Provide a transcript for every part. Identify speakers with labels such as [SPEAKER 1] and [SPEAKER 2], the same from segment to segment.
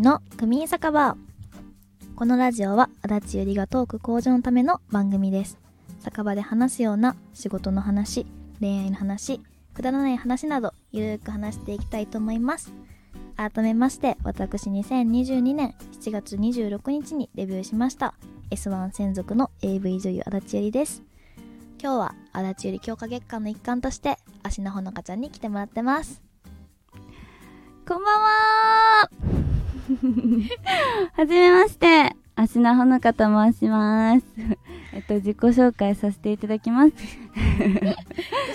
[SPEAKER 1] の区民酒場このラジオは足立ゆりがトーク向上のための番組です酒場で話すような仕事の話恋愛の話くだらない話などゆるーく話していきたいと思います改めまして私2022年7月26日にデビューしました S1 専属の AV 女優足立ゆりです今日は足立ゆり強化月間の一環として芦名ほのかちゃんに来てもらってますこんばんは
[SPEAKER 2] はじめまして、芦名ほのかと申します。えっと、自己紹介させていただきます。
[SPEAKER 1] どう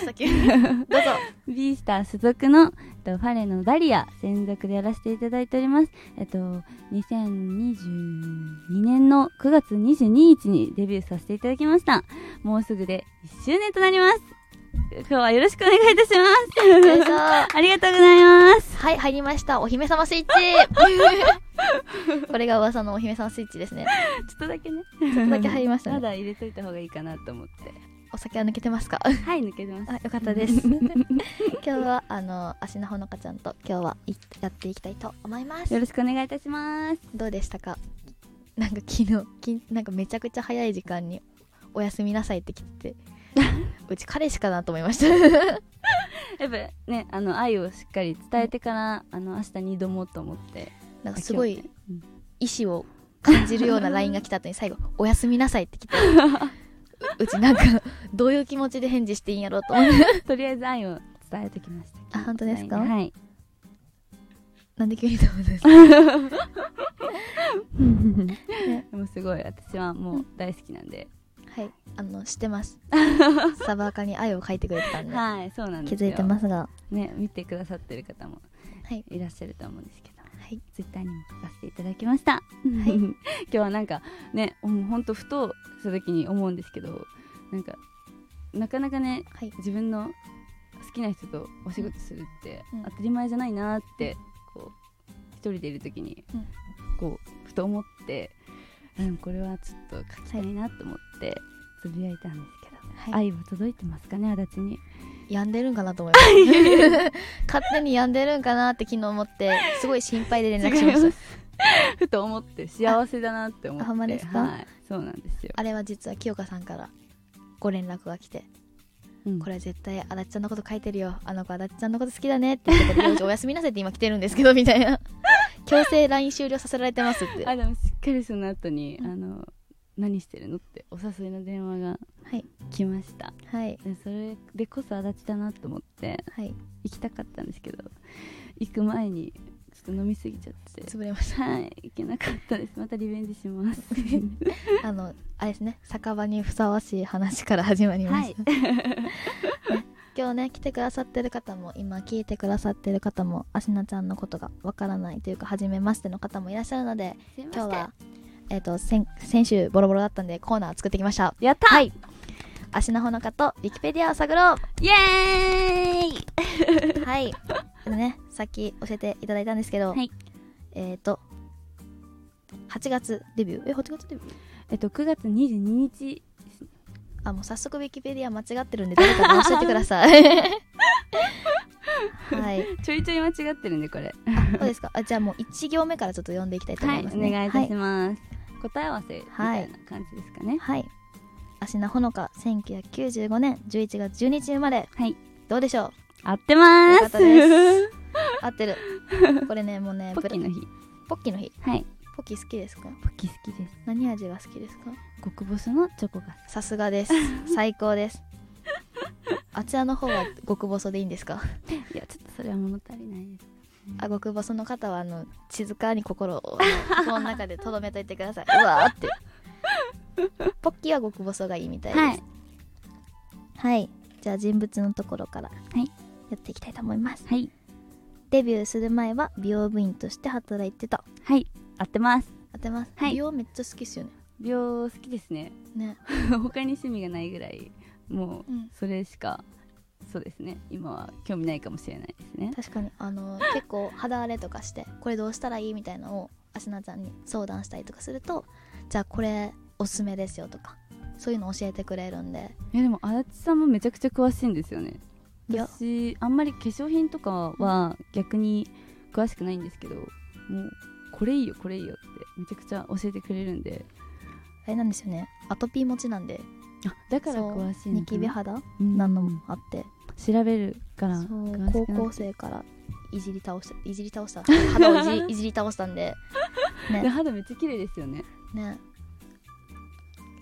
[SPEAKER 1] した急にどうぞ
[SPEAKER 2] ビースター所属の、えっと、ファレのダリア専属でやらせていただいております。えっと、2022年の9月22日にデビューさせていただきました。もうすぐで1周年となります。今日はよろしくお願いいたし
[SPEAKER 1] よいしょ
[SPEAKER 2] ます。ありがとうございます。
[SPEAKER 1] はい、入りました。お姫様スイッ チこれが噂のお姫様スイッチですね。
[SPEAKER 2] ちょっとだけね。
[SPEAKER 1] ちょっとだけ入りました
[SPEAKER 2] ま
[SPEAKER 1] ね。
[SPEAKER 2] だ入れといた方がいいかなと思って。
[SPEAKER 1] お酒は抜けてますか
[SPEAKER 2] はい、抜けてます
[SPEAKER 1] あ。よかったです。 今日は、あの、芦名ほのかちゃんと今日はいやっていきたいと思います
[SPEAKER 2] よ。ろしくお願いいたします。
[SPEAKER 1] どうでしたかなんか昨日、きなんかめちゃくちゃ早い時間におやすみなさいって来 てて、うち彼氏かなと思いま した。
[SPEAKER 2] やっぱね、あの愛をしっかり伝えてから、あの明日に挑もうと思って。
[SPEAKER 1] なんかすごい
[SPEAKER 2] 今日ね
[SPEAKER 1] 意志を感じるような LINE が来た後に最 後「おやすみなさい」って来てううちなんかどういう気持ちで返事していいんやろうと思って
[SPEAKER 2] うんとりあえず愛を伝えてきました。
[SPEAKER 1] あ本当ですか
[SPEAKER 2] はい。
[SPEAKER 1] なんで急にと思うんですか
[SPEAKER 2] でもすごい、私はもう大好きなんで。
[SPEAKER 1] はいあの知ってます サバーカに愛を書いてくれてたんで、
[SPEAKER 2] はい、そうなんです
[SPEAKER 1] 気
[SPEAKER 2] よ。
[SPEAKER 1] づいてますが
[SPEAKER 2] す。ね、見てくださってる方も
[SPEAKER 1] はい
[SPEAKER 2] いらっしゃると思うんですけど。
[SPEAKER 1] はい
[SPEAKER 2] ツイッターにも書かせていただきました。
[SPEAKER 1] い
[SPEAKER 2] 今日はなんかね、もう本当ふとした時に思うんですけど、なんかなかなかね、
[SPEAKER 1] はい
[SPEAKER 2] 自分の好きな人とお仕事するって
[SPEAKER 1] うん
[SPEAKER 2] 当たり前じゃないなってこう一人でいる時に
[SPEAKER 1] うん
[SPEAKER 2] こうふと思って、うん、これはちょっと書きたいなと思ってつぶやいたんですけど、
[SPEAKER 1] はい
[SPEAKER 2] 愛は届いてますかね足立に
[SPEAKER 1] 病んでるんかなと思い ました勝手に病んでるんかなって昨日思ってすごい心配で連絡しま
[SPEAKER 2] 違い
[SPEAKER 1] し
[SPEAKER 2] ま
[SPEAKER 1] た
[SPEAKER 2] ふと思って幸せだなって思って
[SPEAKER 1] あほんまですか
[SPEAKER 2] はい、そうなんですよ、
[SPEAKER 1] あれは実は清香さんからご連絡が来て
[SPEAKER 2] うん
[SPEAKER 1] これは絶対足立ちゃんのこと書いてるよあの子足立ちゃんのこと好きだねって言ってておやすみなさいって今来てるんですけどみたいな強制 LINE 終了させられてますっては
[SPEAKER 2] あでもしっかりその後に、
[SPEAKER 1] うん
[SPEAKER 2] あの何してるのってお誘いの電話が
[SPEAKER 1] い
[SPEAKER 2] 来ました
[SPEAKER 1] はい
[SPEAKER 2] でそれでこそ足立だなと思って
[SPEAKER 1] はい
[SPEAKER 2] 行きたかったんですけど行く前にちょっと飲みすぎちゃって
[SPEAKER 1] 潰れまし
[SPEAKER 2] はい行けなかったですまたリベンジ します
[SPEAKER 1] たあのあれですね酒場にふさわしい話から始まりました、ね 今日ね来てくださってる方も今聞いてくださってる方もあしなちゃんのことがわからないというか初めましての方もいらっしゃるので今日はえっ、と先先週ボロボロだったんでコーナー作ってきました
[SPEAKER 2] やった、はい、
[SPEAKER 1] 芦名ほのかとウィキペディアを探ろ う
[SPEAKER 2] イエーイ
[SPEAKER 1] はい。でね、さっき教えていただいたんですけど、
[SPEAKER 2] はい
[SPEAKER 1] えっ、と、8月デビュー。え、8月デビュー
[SPEAKER 2] えっと9月22日
[SPEAKER 1] あ、もう早速ウィキペディア間違ってるんで、誰か直しといてくだ さい。はい。
[SPEAKER 2] ちょいちょい間違ってるんでこれ
[SPEAKER 1] どうですかあじゃあもう1行目からちょっと読んでいきたいと思
[SPEAKER 2] はいいお
[SPEAKER 1] ますね。
[SPEAKER 2] 願いいたし
[SPEAKER 1] は
[SPEAKER 2] ます、答え合わせみたいな感じですかね
[SPEAKER 1] はい。芦名ほのか、1995年11月12日生まれ。
[SPEAKER 2] はい
[SPEAKER 1] どうでしょ
[SPEAKER 2] 合ってま
[SPEAKER 1] よ
[SPEAKER 2] す
[SPEAKER 1] かったですう合ってる。これね、もうね、
[SPEAKER 2] ポッキー
[SPEAKER 1] ブ
[SPEAKER 2] の日
[SPEAKER 1] ラポッキーの日。
[SPEAKER 2] はい
[SPEAKER 1] ポッキー好きですか
[SPEAKER 2] ポッキー好きです
[SPEAKER 1] 何味が好きですか
[SPEAKER 2] 極細のチョコが好き
[SPEAKER 1] さすが です最高ですあちらの方は極細でいいんですか
[SPEAKER 2] いやちょっとそれは物足りないです
[SPEAKER 1] あ極細の方はあの静かに心 をあの心の中でとどめといてくださいうわーってポッキーは極細がいいみたいです
[SPEAKER 2] はい
[SPEAKER 1] はい、じゃあ人物のところから
[SPEAKER 2] い
[SPEAKER 1] やっていきたいと思います、
[SPEAKER 2] はい
[SPEAKER 1] デビューする前は美容部員として働いてた
[SPEAKER 2] はい合ってます
[SPEAKER 1] 当てます、
[SPEAKER 2] はい
[SPEAKER 1] 美容めっちゃ好きっすよね
[SPEAKER 2] 美容好きですね
[SPEAKER 1] ね、
[SPEAKER 2] 他に趣味がないぐらいもう
[SPEAKER 1] うん、
[SPEAKER 2] それしかそうですね今は興味ないかもしれないですね
[SPEAKER 1] 確かにあの結構肌荒れとかしてこれどうしたらいいみたいなのをアシナちゃんに相談したりとかするとじゃあこれおすすめですよとかそういうの教えてくれるんで
[SPEAKER 2] いやでも足立さんもめちゃくちゃ詳しいんですよね
[SPEAKER 1] いや
[SPEAKER 2] 私あんまり化粧品とかは逆に詳しくないんですけどもうこれいいよこれいいよってめちゃくちゃ教えてくれるんで
[SPEAKER 1] あれなんですよねアトピー持ちなんで
[SPEAKER 2] あだから詳しい
[SPEAKER 1] そうニキビ肌
[SPEAKER 2] うん
[SPEAKER 1] なのもあって、
[SPEAKER 2] 調べるから
[SPEAKER 1] そう
[SPEAKER 2] 詳しくな
[SPEAKER 1] 高
[SPEAKER 2] って
[SPEAKER 1] 校生からいじり倒したいじり倒した肌をい じりいじり倒したんでね
[SPEAKER 2] で肌めっちゃ綺麗ですよね
[SPEAKER 1] ね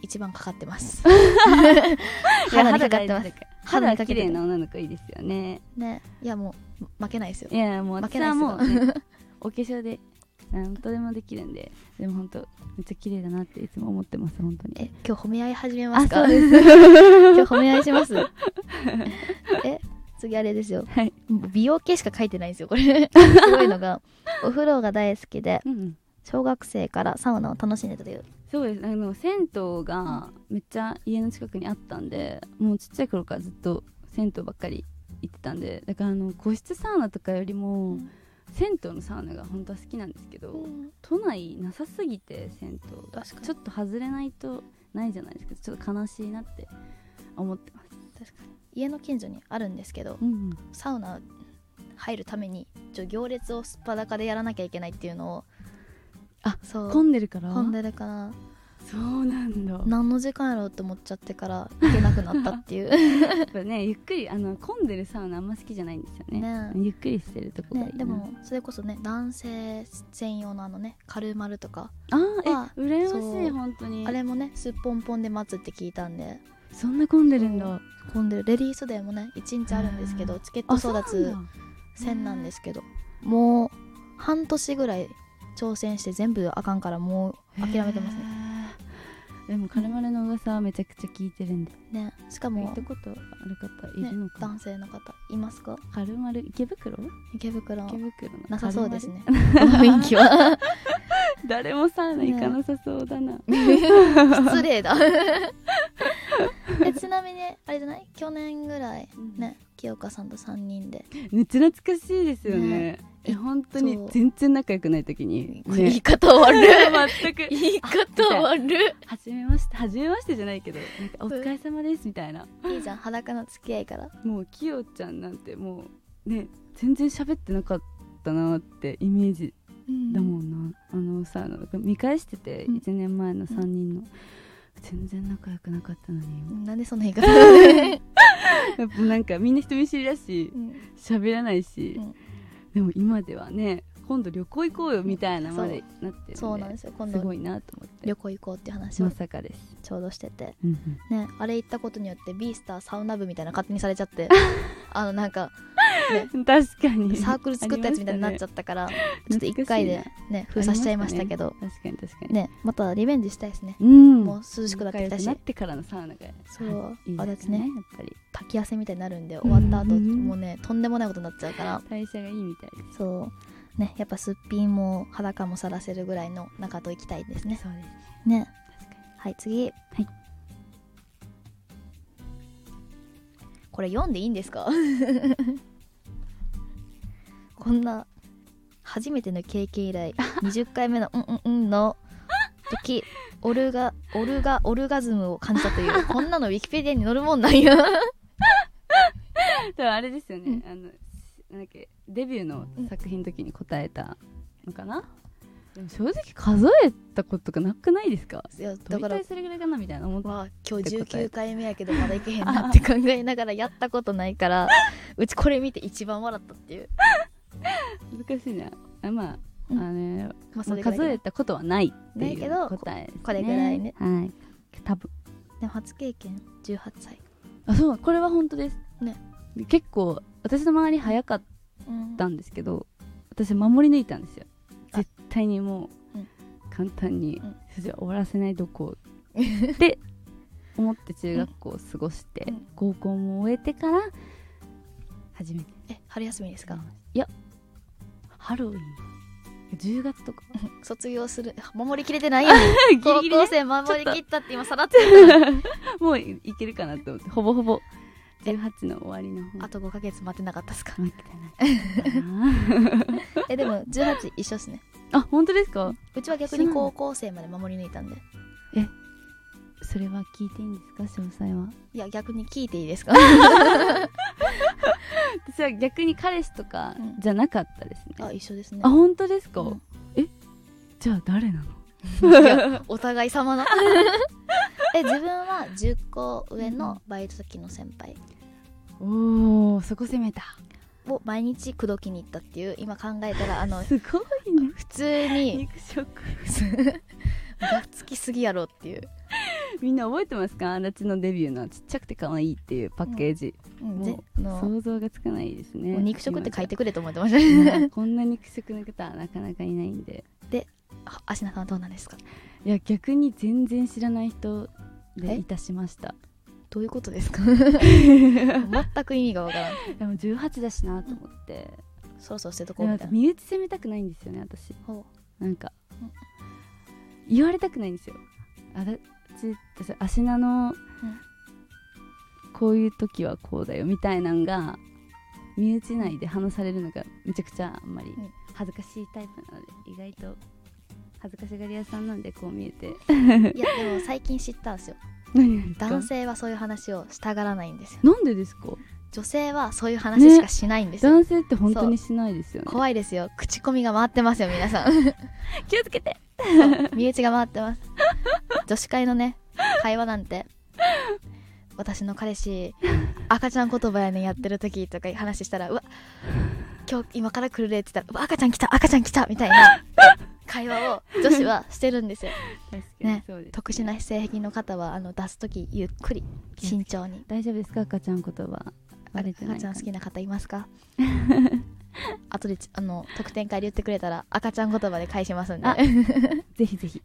[SPEAKER 1] 一番かかってます
[SPEAKER 2] いや
[SPEAKER 1] 肌にかかってます
[SPEAKER 2] 大事だから肌
[SPEAKER 1] 肌にかけ
[SPEAKER 2] 綺
[SPEAKER 1] て
[SPEAKER 2] 麗な女の子いいですよね
[SPEAKER 1] ねいやもう負けないですよ
[SPEAKER 2] いやもう
[SPEAKER 1] 負
[SPEAKER 2] 私
[SPEAKER 1] けない
[SPEAKER 2] は
[SPEAKER 1] っすよ
[SPEAKER 2] もう、ね、お化粧で何とでもできるんででも本当めっちゃ綺麗だなっていつも思ってます本当に
[SPEAKER 1] え今日褒め合い始めま
[SPEAKER 2] あ
[SPEAKER 1] すか
[SPEAKER 2] そうです
[SPEAKER 1] 今日褒め合いしますえ次あれですよ、
[SPEAKER 2] はい
[SPEAKER 1] もう美容系しか書いてないんですよこ れすごいのがお風呂が大好きで
[SPEAKER 2] うんうん
[SPEAKER 1] 小学生からサウナを楽しんでたという
[SPEAKER 2] そうですあの銭湯がめっちゃ家の近くにあったんでもうちっちゃい頃からずっと銭湯ばっかり行ってたんでだからあの個室サウナとかより
[SPEAKER 1] う
[SPEAKER 2] も、
[SPEAKER 1] ん
[SPEAKER 2] 銭湯のサウナが本当は好きなんですけど、都内なさすぎて銭湯が
[SPEAKER 1] 確かに
[SPEAKER 2] ちょっと外れないとないじゃないですかちょっと悲しいなって思ってます、
[SPEAKER 1] 家の近所にあるんですけど
[SPEAKER 2] うん
[SPEAKER 1] サウナ入るためにちょ行列をすっぱだかでやらなきゃいけないっていうのを
[SPEAKER 2] あ
[SPEAKER 1] そ
[SPEAKER 2] うん、
[SPEAKER 1] う
[SPEAKER 2] 混んでるから
[SPEAKER 1] 混んでるから
[SPEAKER 2] そうなんだや
[SPEAKER 1] 何の時間やろうって思っちゃってから行けなくなったっていう
[SPEAKER 2] っぱ ねゆっくりあの混んでるサウナあんま好きじゃないんですよね
[SPEAKER 1] ね
[SPEAKER 2] ゆっくりしてるとこがいい
[SPEAKER 1] ね
[SPEAKER 2] な、
[SPEAKER 1] でもそれこそね男性専用のあのねカルマルとか
[SPEAKER 2] あ
[SPEAKER 1] は
[SPEAKER 2] ーえ羨まし
[SPEAKER 1] そ
[SPEAKER 2] いう本当に
[SPEAKER 1] あれもねすっぽんぽんで待つって聞いたんで
[SPEAKER 2] そんな混んでるんだ
[SPEAKER 1] そう混んでるレディースデーもね1日あるんですけ
[SPEAKER 2] へ
[SPEAKER 1] ど
[SPEAKER 2] ー
[SPEAKER 1] チケット争
[SPEAKER 2] そう
[SPEAKER 1] 奪
[SPEAKER 2] なんだ
[SPEAKER 1] 戦なんですけどもう半年ぐらい挑戦して全部あかんからもう諦めてますね
[SPEAKER 2] へーでもカルマルの噂はめちゃくちゃ聞いてるんで
[SPEAKER 1] ねしか
[SPEAKER 2] 行
[SPEAKER 1] も
[SPEAKER 2] ったことある方い
[SPEAKER 1] ね
[SPEAKER 2] るのかな、
[SPEAKER 1] 男性の方いますか
[SPEAKER 2] カルマル池袋
[SPEAKER 1] 池袋
[SPEAKER 2] 池袋の
[SPEAKER 1] なさそうですね
[SPEAKER 2] カルマ
[SPEAKER 1] こ
[SPEAKER 2] ル
[SPEAKER 1] の雰囲気 は
[SPEAKER 2] 誰もサウナ行かなさそうだな、
[SPEAKER 1] 失礼だ えちなみにあれじゃない去年ぐらいね清香さんと3人で
[SPEAKER 2] めっちゃ懐かしいですよね
[SPEAKER 1] ね
[SPEAKER 2] え本当
[SPEAKER 1] そ
[SPEAKER 2] に
[SPEAKER 1] う
[SPEAKER 2] 全然仲良くない時に、ね、
[SPEAKER 1] 言い方悪 い
[SPEAKER 2] 全く
[SPEAKER 1] 言い方悪い
[SPEAKER 2] 初めまして初めましてじゃないけどなんかお疲れ様ですみたいない
[SPEAKER 1] いじゃん裸の付き合いから
[SPEAKER 2] もうきよちゃんなんてもうね全然喋ってなかったなってイメージだもんな、あのさ見返してて
[SPEAKER 1] うん
[SPEAKER 2] 1年前の3人の、全然仲良くなかったのに
[SPEAKER 1] なんでその言い方 う
[SPEAKER 2] やっぱなんかみんな人見知りだし
[SPEAKER 1] ん
[SPEAKER 2] 喋らないし、
[SPEAKER 1] うん
[SPEAKER 2] でも今ではね今度旅行行こうよみたいなまでなってるんで
[SPEAKER 1] そうなんですよ今
[SPEAKER 2] す
[SPEAKER 1] 度
[SPEAKER 2] ごいなと思って
[SPEAKER 1] 旅行行こうっていう話を
[SPEAKER 2] まさかです、
[SPEAKER 1] ちょうどしてて
[SPEAKER 2] うんうん
[SPEAKER 1] ねあれ行ったことによってビースターサウナ部みたいな勝手にされちゃって あのなんか
[SPEAKER 2] 確かに
[SPEAKER 1] サークル作ったやつみたいになっちゃ
[SPEAKER 2] ゃっ
[SPEAKER 1] ったから
[SPEAKER 2] た
[SPEAKER 1] ちょっと1回でね封鎖しちゃいましたけど
[SPEAKER 2] 確かに確かに
[SPEAKER 1] ねまたリベンジしたいですね
[SPEAKER 2] うん
[SPEAKER 1] もう涼しくなってきたし
[SPEAKER 2] 仲良なってからのサウナが
[SPEAKER 1] そう
[SPEAKER 2] いい
[SPEAKER 1] あ
[SPEAKER 2] で
[SPEAKER 1] れで
[SPEAKER 2] す
[SPEAKER 1] すね
[SPEAKER 2] やっぱり
[SPEAKER 1] 滝汗みたいになるんで終わった後
[SPEAKER 2] うん
[SPEAKER 1] もうねとんでもないことになっちゃうから
[SPEAKER 2] 代謝がいいみたいで
[SPEAKER 1] そうねやっぱすっぴんも裸もさらせるぐらいの中と行きたいですね
[SPEAKER 2] そうです
[SPEAKER 1] ね
[SPEAKER 2] 確か
[SPEAKER 1] はい次はいこれ読んでいいんですか こんな初めての経験以来20回目の「うんうんうん」の時オルガオルガオルガズムを感じたと いうこんなのウィキペディアに載るもんなんや
[SPEAKER 2] にでもあれですよね、あのなんだっけデビューの作品の時に答えたのかな、でも正直数えたことがなくないですか
[SPEAKER 1] いやだ
[SPEAKER 2] だか
[SPEAKER 1] から
[SPEAKER 2] らそれぐらいかなみたいな思って
[SPEAKER 1] わあ今
[SPEAKER 2] って
[SPEAKER 1] 日
[SPEAKER 2] 答え
[SPEAKER 1] 19回目やけどまだいけへんなって考えながらやったことないからうちこれ見て一番笑ったっていう、
[SPEAKER 2] 難しいなあまあ、
[SPEAKER 1] うん
[SPEAKER 2] あの
[SPEAKER 1] まあ、
[SPEAKER 2] ま
[SPEAKER 1] そ
[SPEAKER 2] あ
[SPEAKER 1] れぐらい
[SPEAKER 2] 数
[SPEAKER 1] で
[SPEAKER 2] えたことはないっていう
[SPEAKER 1] ないけど
[SPEAKER 2] 答えですね
[SPEAKER 1] これぐらいね
[SPEAKER 2] はい多分
[SPEAKER 1] でも初経験18歳、
[SPEAKER 2] あそうこれは本当です
[SPEAKER 1] ね
[SPEAKER 2] 結構私の周り早かっ
[SPEAKER 1] うん
[SPEAKER 2] たんですけど私守り抜いたんですよ
[SPEAKER 1] あ
[SPEAKER 2] 絶対にもう
[SPEAKER 1] うん
[SPEAKER 2] 簡単に
[SPEAKER 1] うん
[SPEAKER 2] 終わらせないど こうって思って中学校を過ごして、
[SPEAKER 1] うん
[SPEAKER 2] 高校も終えてから初めて
[SPEAKER 1] え春休みですか、
[SPEAKER 2] いやハロウィン10月と か
[SPEAKER 1] 卒業する守りきれて ないやん高
[SPEAKER 2] ギリ
[SPEAKER 1] 校
[SPEAKER 2] ギ
[SPEAKER 1] 生守りきったって今さらって言ったのに
[SPEAKER 2] リもういいけるかなと思ってほぼほぼ18の終わりの方
[SPEAKER 1] あと5ヶ月待ってなかったっすか
[SPEAKER 2] 待ってたな
[SPEAKER 1] えでも18一緒っすね
[SPEAKER 2] あ本当ですか
[SPEAKER 1] うちは逆に高校生まで守り抜いたんで
[SPEAKER 2] それは聞いていいんですか詳細はい
[SPEAKER 1] や逆に聞いていいですか
[SPEAKER 2] 私は逆に彼氏とか
[SPEAKER 1] うん
[SPEAKER 2] じゃなかったですね、
[SPEAKER 1] あ一緒ですね
[SPEAKER 2] あ本当ですか、
[SPEAKER 1] うん
[SPEAKER 2] えじゃあ誰なの
[SPEAKER 1] いやお互い様 のえ自分は10個上のバイト先の先輩
[SPEAKER 2] おおそこ攻めた
[SPEAKER 1] を毎日口説きに行ったっていう今考えたらあの
[SPEAKER 2] すごいね
[SPEAKER 1] 普通 に
[SPEAKER 2] 肉食
[SPEAKER 1] がっつきすぎやろっていう、
[SPEAKER 2] みんな覚えてますか足立のデビューのちっちゃくて可愛いっていうパッケージ、
[SPEAKER 1] うん、
[SPEAKER 2] も
[SPEAKER 1] ぜ
[SPEAKER 2] う
[SPEAKER 1] の
[SPEAKER 2] 想像がつかないですね
[SPEAKER 1] もう肉食って書いて
[SPEAKER 2] く
[SPEAKER 1] くれと思ってましたね
[SPEAKER 2] こんな肉食の方はなかなかいないんで
[SPEAKER 1] あ芦名さんはどうなんです か
[SPEAKER 2] いや逆に全然知らない人で
[SPEAKER 1] え
[SPEAKER 2] いたしました
[SPEAKER 1] どういうことですか全く意味がわからん
[SPEAKER 2] でも18だしなと思って、
[SPEAKER 1] そろそろ捨てとこ
[SPEAKER 2] で
[SPEAKER 1] う
[SPEAKER 2] も
[SPEAKER 1] みたいな
[SPEAKER 2] 身内責めたくないんですよね私
[SPEAKER 1] ほ
[SPEAKER 2] なんか
[SPEAKER 1] うん
[SPEAKER 2] 言われたくないんですよあだちってさ芦名のこういう時はこうだよみたいなんが身内内で話されるのがめちゃくちゃあんまり
[SPEAKER 1] うん
[SPEAKER 2] 恥ずかしいタイプなので意外と恥ずかしがり屋さんなんでこう見えて
[SPEAKER 1] ういやでも最近知ったんですよ
[SPEAKER 2] 何がですか
[SPEAKER 1] 男性はそういう話をしたがらないんですよ
[SPEAKER 2] なんでですか
[SPEAKER 1] 女性はそういう話しかしないんですよ、
[SPEAKER 2] 男性って本当にしないですよね
[SPEAKER 1] 怖いですよ口コミが回ってますよ皆さん
[SPEAKER 2] 気をつけて
[SPEAKER 1] 身内が回って ます女子会のね会話なんて私の彼氏赤ちゃん言葉やねんやってる時とか話したらうわ今日今から来るでって言ったらうわ赤ちゃん来た赤ちゃん来たみたいな会話を女子はしてるんですよ
[SPEAKER 2] 確かに
[SPEAKER 1] ね
[SPEAKER 2] そうですね
[SPEAKER 1] 特殊な性癖の方はあの出す時ゆっくり慎重に
[SPEAKER 2] 大丈夫ですか赤ちゃん言葉バレてない
[SPEAKER 1] 赤ちゃ
[SPEAKER 2] か
[SPEAKER 1] ん好きな方いますか 後でちあの特典会で言ってくれたら赤ちゃん言葉で返しますんで
[SPEAKER 2] あ ぜひぜひ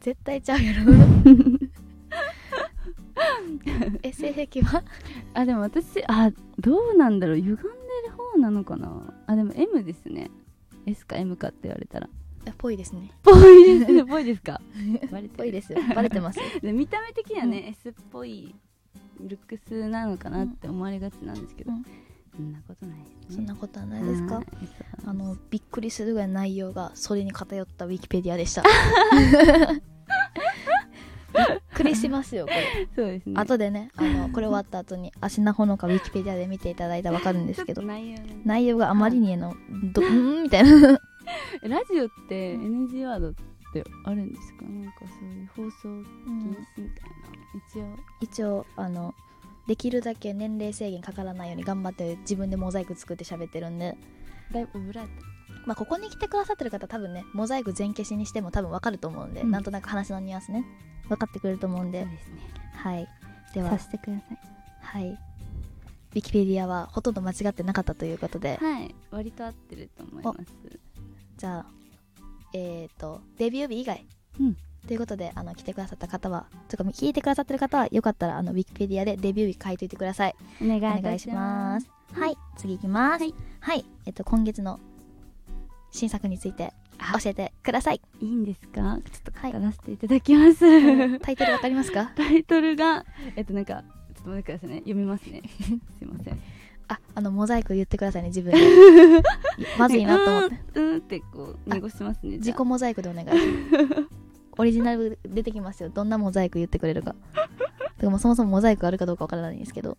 [SPEAKER 1] 絶対ちゃうやろ え性癖は
[SPEAKER 2] あでも私あどうなんだろう歪んでる方なのかなあでも M ですね S か M かって言われたら
[SPEAKER 1] えぽいですね
[SPEAKER 2] ぽいで すねぽいですかバレてる
[SPEAKER 1] ぽいですよバレてます
[SPEAKER 2] で見た目的にはね、S っぽいルックスなのかなって思われがちなんですけど、
[SPEAKER 1] うん
[SPEAKER 2] そんなことないです ね
[SPEAKER 1] そんなことはないです
[SPEAKER 2] は
[SPEAKER 1] か
[SPEAKER 2] いそう
[SPEAKER 1] あのびっくりするぐらいの内容がそれに偏ったウィキペディアでしたびっくりしますよこれ
[SPEAKER 2] そうですね
[SPEAKER 1] 後でねあのこれ終わった後に芦名ほのかウィキペディアで見ていただいたらわかるんですけ
[SPEAKER 2] ち
[SPEAKER 1] ど
[SPEAKER 2] ょっと内容ね
[SPEAKER 1] 内容があまりにあのど うーんみたいな
[SPEAKER 2] えラジオって NG ワードってあるんですかなんかそういう放送禁止みたいな、一応
[SPEAKER 1] 一応あのできるだけ年齢制限かからないように頑張って自分でモザイク作って喋ってるんで、
[SPEAKER 2] だいぶオブラート
[SPEAKER 1] まあ、ここに来てくださってる方多分ねモザイク全消しにしても多分わかると思うんで、
[SPEAKER 2] うん
[SPEAKER 1] なんとなく話のニュアンスね分かってくれると思うんで
[SPEAKER 2] そうですね
[SPEAKER 1] はいで
[SPEAKER 2] さ
[SPEAKER 1] は
[SPEAKER 2] してください
[SPEAKER 1] はいウィキペディアはほとんど間違ってなかったということで、
[SPEAKER 2] はい、割と合ってると思います。
[SPEAKER 1] じゃあえっ、とデビュー日以外、
[SPEAKER 2] うん
[SPEAKER 1] ということであの来てくださった方はというか聞いてくださってる方はよかったらあのウィキペディアでデビュー日書いておいてください
[SPEAKER 2] お願い
[SPEAKER 1] お願いします。はい次いきます
[SPEAKER 2] はい、
[SPEAKER 1] はいえっと今月の新作について教えてください
[SPEAKER 2] いいんですか？ちょっと
[SPEAKER 1] はい
[SPEAKER 2] 語らせていただきます。
[SPEAKER 1] あのタイトルわかります か
[SPEAKER 2] タイトルがえっとなんかちょっと待ってくださいね。読みますね。すいません。
[SPEAKER 1] ああのモザイク言ってくださいね自分で まずいなと思って
[SPEAKER 2] うーんうーんってこう濁しますね。じ
[SPEAKER 1] 自
[SPEAKER 2] ゃ
[SPEAKER 1] 己
[SPEAKER 2] あ
[SPEAKER 1] モザイクでお願いオリジナル出てきますよどんなモザイク言ってくれるかてかもうそもそもモザイクあるかどうかわからないんですけど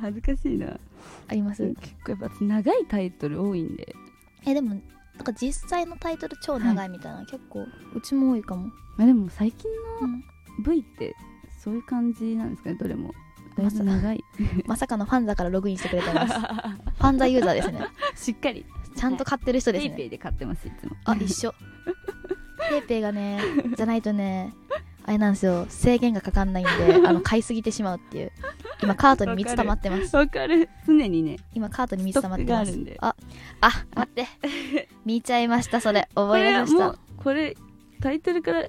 [SPEAKER 2] 恥ずかしいな。
[SPEAKER 1] あります
[SPEAKER 2] 結構やっぱ長いタイトル多いんで。
[SPEAKER 1] えでもなんか実際のタイトル超長いみたいな、結構うちも多いかも
[SPEAKER 2] まあでも最近
[SPEAKER 1] う
[SPEAKER 2] の
[SPEAKER 1] ん
[SPEAKER 2] V ってそういう感じなんですかね。どれも。だい
[SPEAKER 1] ま
[SPEAKER 2] ぶ
[SPEAKER 1] さ
[SPEAKER 2] 長い。
[SPEAKER 1] まさかのファンザからログインしてくれて ますファンザユーザーですね
[SPEAKER 2] しっかり。
[SPEAKER 1] ちゃんと買ってる人です
[SPEAKER 2] ペイ
[SPEAKER 1] ね
[SPEAKER 2] ペイで買ってますいつも。
[SPEAKER 1] あ一緒ペイペイがねじゃないとねあれなんですよ制限がかかんないんであの買いすぎてしまうっていう今カートに3つ溜まってます
[SPEAKER 2] わかる。常にね。
[SPEAKER 1] 今カートに3つ溜まってま
[SPEAKER 2] スト
[SPEAKER 1] す
[SPEAKER 2] ックがあるんで
[SPEAKER 1] ああ待って見ちゃいましたそれ覚えまし
[SPEAKER 2] これは
[SPEAKER 1] た
[SPEAKER 2] もうこれタイトルから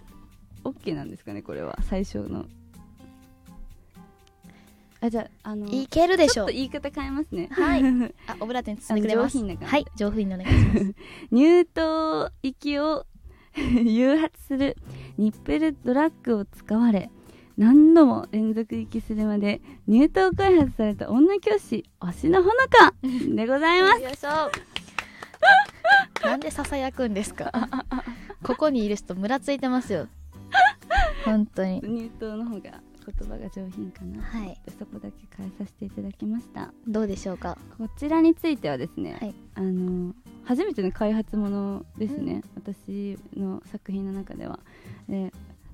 [SPEAKER 2] OK なんですかねこれは最初のあじゃああの
[SPEAKER 1] いけるでし
[SPEAKER 2] ちょ
[SPEAKER 1] ょ
[SPEAKER 2] っ
[SPEAKER 1] う
[SPEAKER 2] と言い方変えますね
[SPEAKER 1] はい あオブラートに包んでくれます
[SPEAKER 2] あの上品な感じ
[SPEAKER 1] はい上品にお願いします
[SPEAKER 2] 乳頭域を 誘発するニッペルドラッグを使われ何度も連続息するまで乳頭開発された女教師芦名ほのかでござい ます
[SPEAKER 1] よいしょなんでささやくんですかここにいる人ムラついてますよ本当に
[SPEAKER 2] 乳頭の方が言葉が上品かな
[SPEAKER 1] はい
[SPEAKER 2] そこだけ変えさせていただきました
[SPEAKER 1] どうでしょうか
[SPEAKER 2] こちらについてはですね、
[SPEAKER 1] はい
[SPEAKER 2] あの初めての開発ものですね、私の作品の中では。で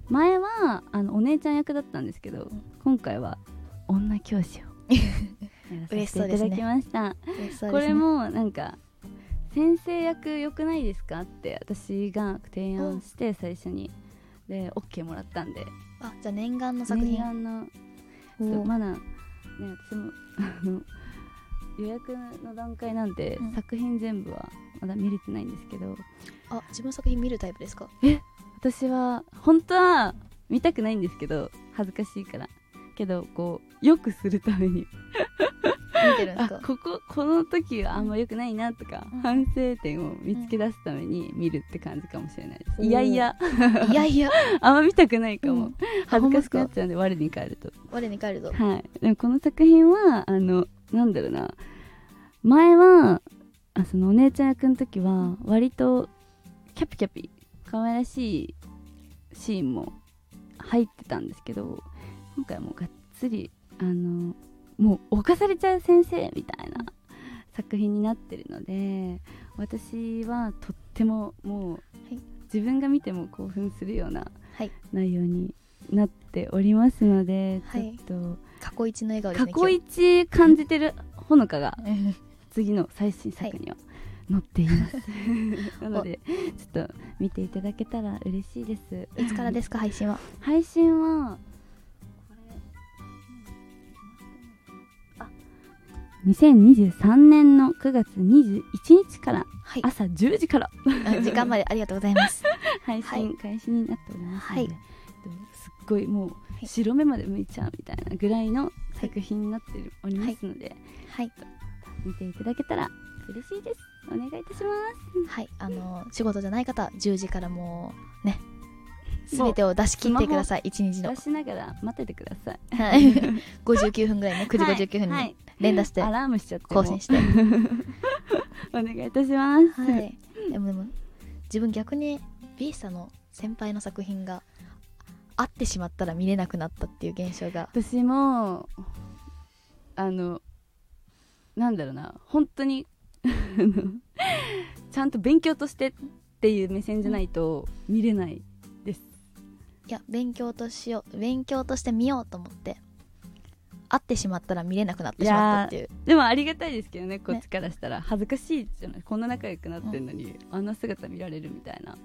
[SPEAKER 2] 前はあのお姉ちゃん役だったんですけど今回は女教師をやらさせていただきまし
[SPEAKER 1] 嬉
[SPEAKER 2] た。
[SPEAKER 1] しそうですね
[SPEAKER 2] これもなんか先生役良くないですかって私が提案して最初に、で OK もらったんで
[SPEAKER 1] あじゃあ念願の作
[SPEAKER 2] 念
[SPEAKER 1] 品
[SPEAKER 2] 願の
[SPEAKER 1] お
[SPEAKER 2] そう
[SPEAKER 1] ー
[SPEAKER 2] まだね私もあの 予約の段階なんで、
[SPEAKER 1] うん
[SPEAKER 2] 作品全部はまだ見れてないんですけど
[SPEAKER 1] あ自分の作品見るタイプですか
[SPEAKER 2] 私は本当は見たくないんですけど恥ずかしいからけどこうよくするために
[SPEAKER 1] 見てるんです
[SPEAKER 2] あ
[SPEAKER 1] か
[SPEAKER 2] こここの時はあんま良くないなとか、
[SPEAKER 1] うん
[SPEAKER 2] 反省点を見つけ出すために見るって感じかもしれないです、
[SPEAKER 1] うん
[SPEAKER 2] いやいや
[SPEAKER 1] いやいや
[SPEAKER 2] あんま見たくないか
[SPEAKER 1] う
[SPEAKER 2] も
[SPEAKER 1] ん
[SPEAKER 2] 恥ずかしく
[SPEAKER 1] ほんま
[SPEAKER 2] なっ
[SPEAKER 1] です
[SPEAKER 2] ちゃうんで我に返ると
[SPEAKER 1] 我に返ると
[SPEAKER 2] はいでもこの作品はあのなんだろうな前はあそのお姉ちゃん役の時は割とキャピキャピ可愛らしいシーンも入ってたんですけど今回はもうがっつりあのもう犯されちゃう先生みたいな作品になってるので私はとってももう、
[SPEAKER 1] い
[SPEAKER 2] 自分が見ても興奮するような
[SPEAKER 1] はい
[SPEAKER 2] 内容になっておりますので、
[SPEAKER 1] はい
[SPEAKER 2] ちょっ
[SPEAKER 1] 過去一の笑顔
[SPEAKER 2] と
[SPEAKER 1] です
[SPEAKER 2] 過
[SPEAKER 1] ね
[SPEAKER 2] 去一感じてるほのかが
[SPEAKER 1] 今日
[SPEAKER 2] 次の最新作には載っています、 なのでちょっと見ていただけたら嬉しいです
[SPEAKER 1] いつからですか配信は
[SPEAKER 2] 配信はこれあ2023年の9月21日から
[SPEAKER 1] はい
[SPEAKER 2] 朝10時から
[SPEAKER 1] あ時間までありがとうございます
[SPEAKER 2] 配信開始になっておりますの
[SPEAKER 1] は
[SPEAKER 2] で、
[SPEAKER 1] い
[SPEAKER 2] でもすっごいも
[SPEAKER 1] いう
[SPEAKER 2] 白目まで向いちゃうみたいなぐらいの作品になっておりますので、
[SPEAKER 1] はい
[SPEAKER 2] 見ていただけたら嬉しいですお願いいたします
[SPEAKER 1] はいあの仕事じゃない方10時からもうね全てを出し切ってください一日の
[SPEAKER 2] 出しながら待っててください
[SPEAKER 1] はい59分ぐ らいね9時59分
[SPEAKER 2] はいは
[SPEAKER 1] に
[SPEAKER 2] い
[SPEAKER 1] 連打して
[SPEAKER 2] アラームしちゃっても
[SPEAKER 1] 更新して
[SPEAKER 2] お願いいたします、
[SPEAKER 1] はい、でもでも自分逆に B さんの先輩の作品が会ってしまったら見れなくなったっていう現象が
[SPEAKER 2] 私もあのなんだろうな本当に あのちゃんと勉強としてっていう目線じゃないと見れない
[SPEAKER 1] いや勉強としよう勉強として見ようと思って会ってしまったら見れなくなってしまったっていう
[SPEAKER 2] でもありがたいですけどねこっちからしたら恥ずかしいじゃないこんな仲良くなってんのに、あんな姿見られるみたいな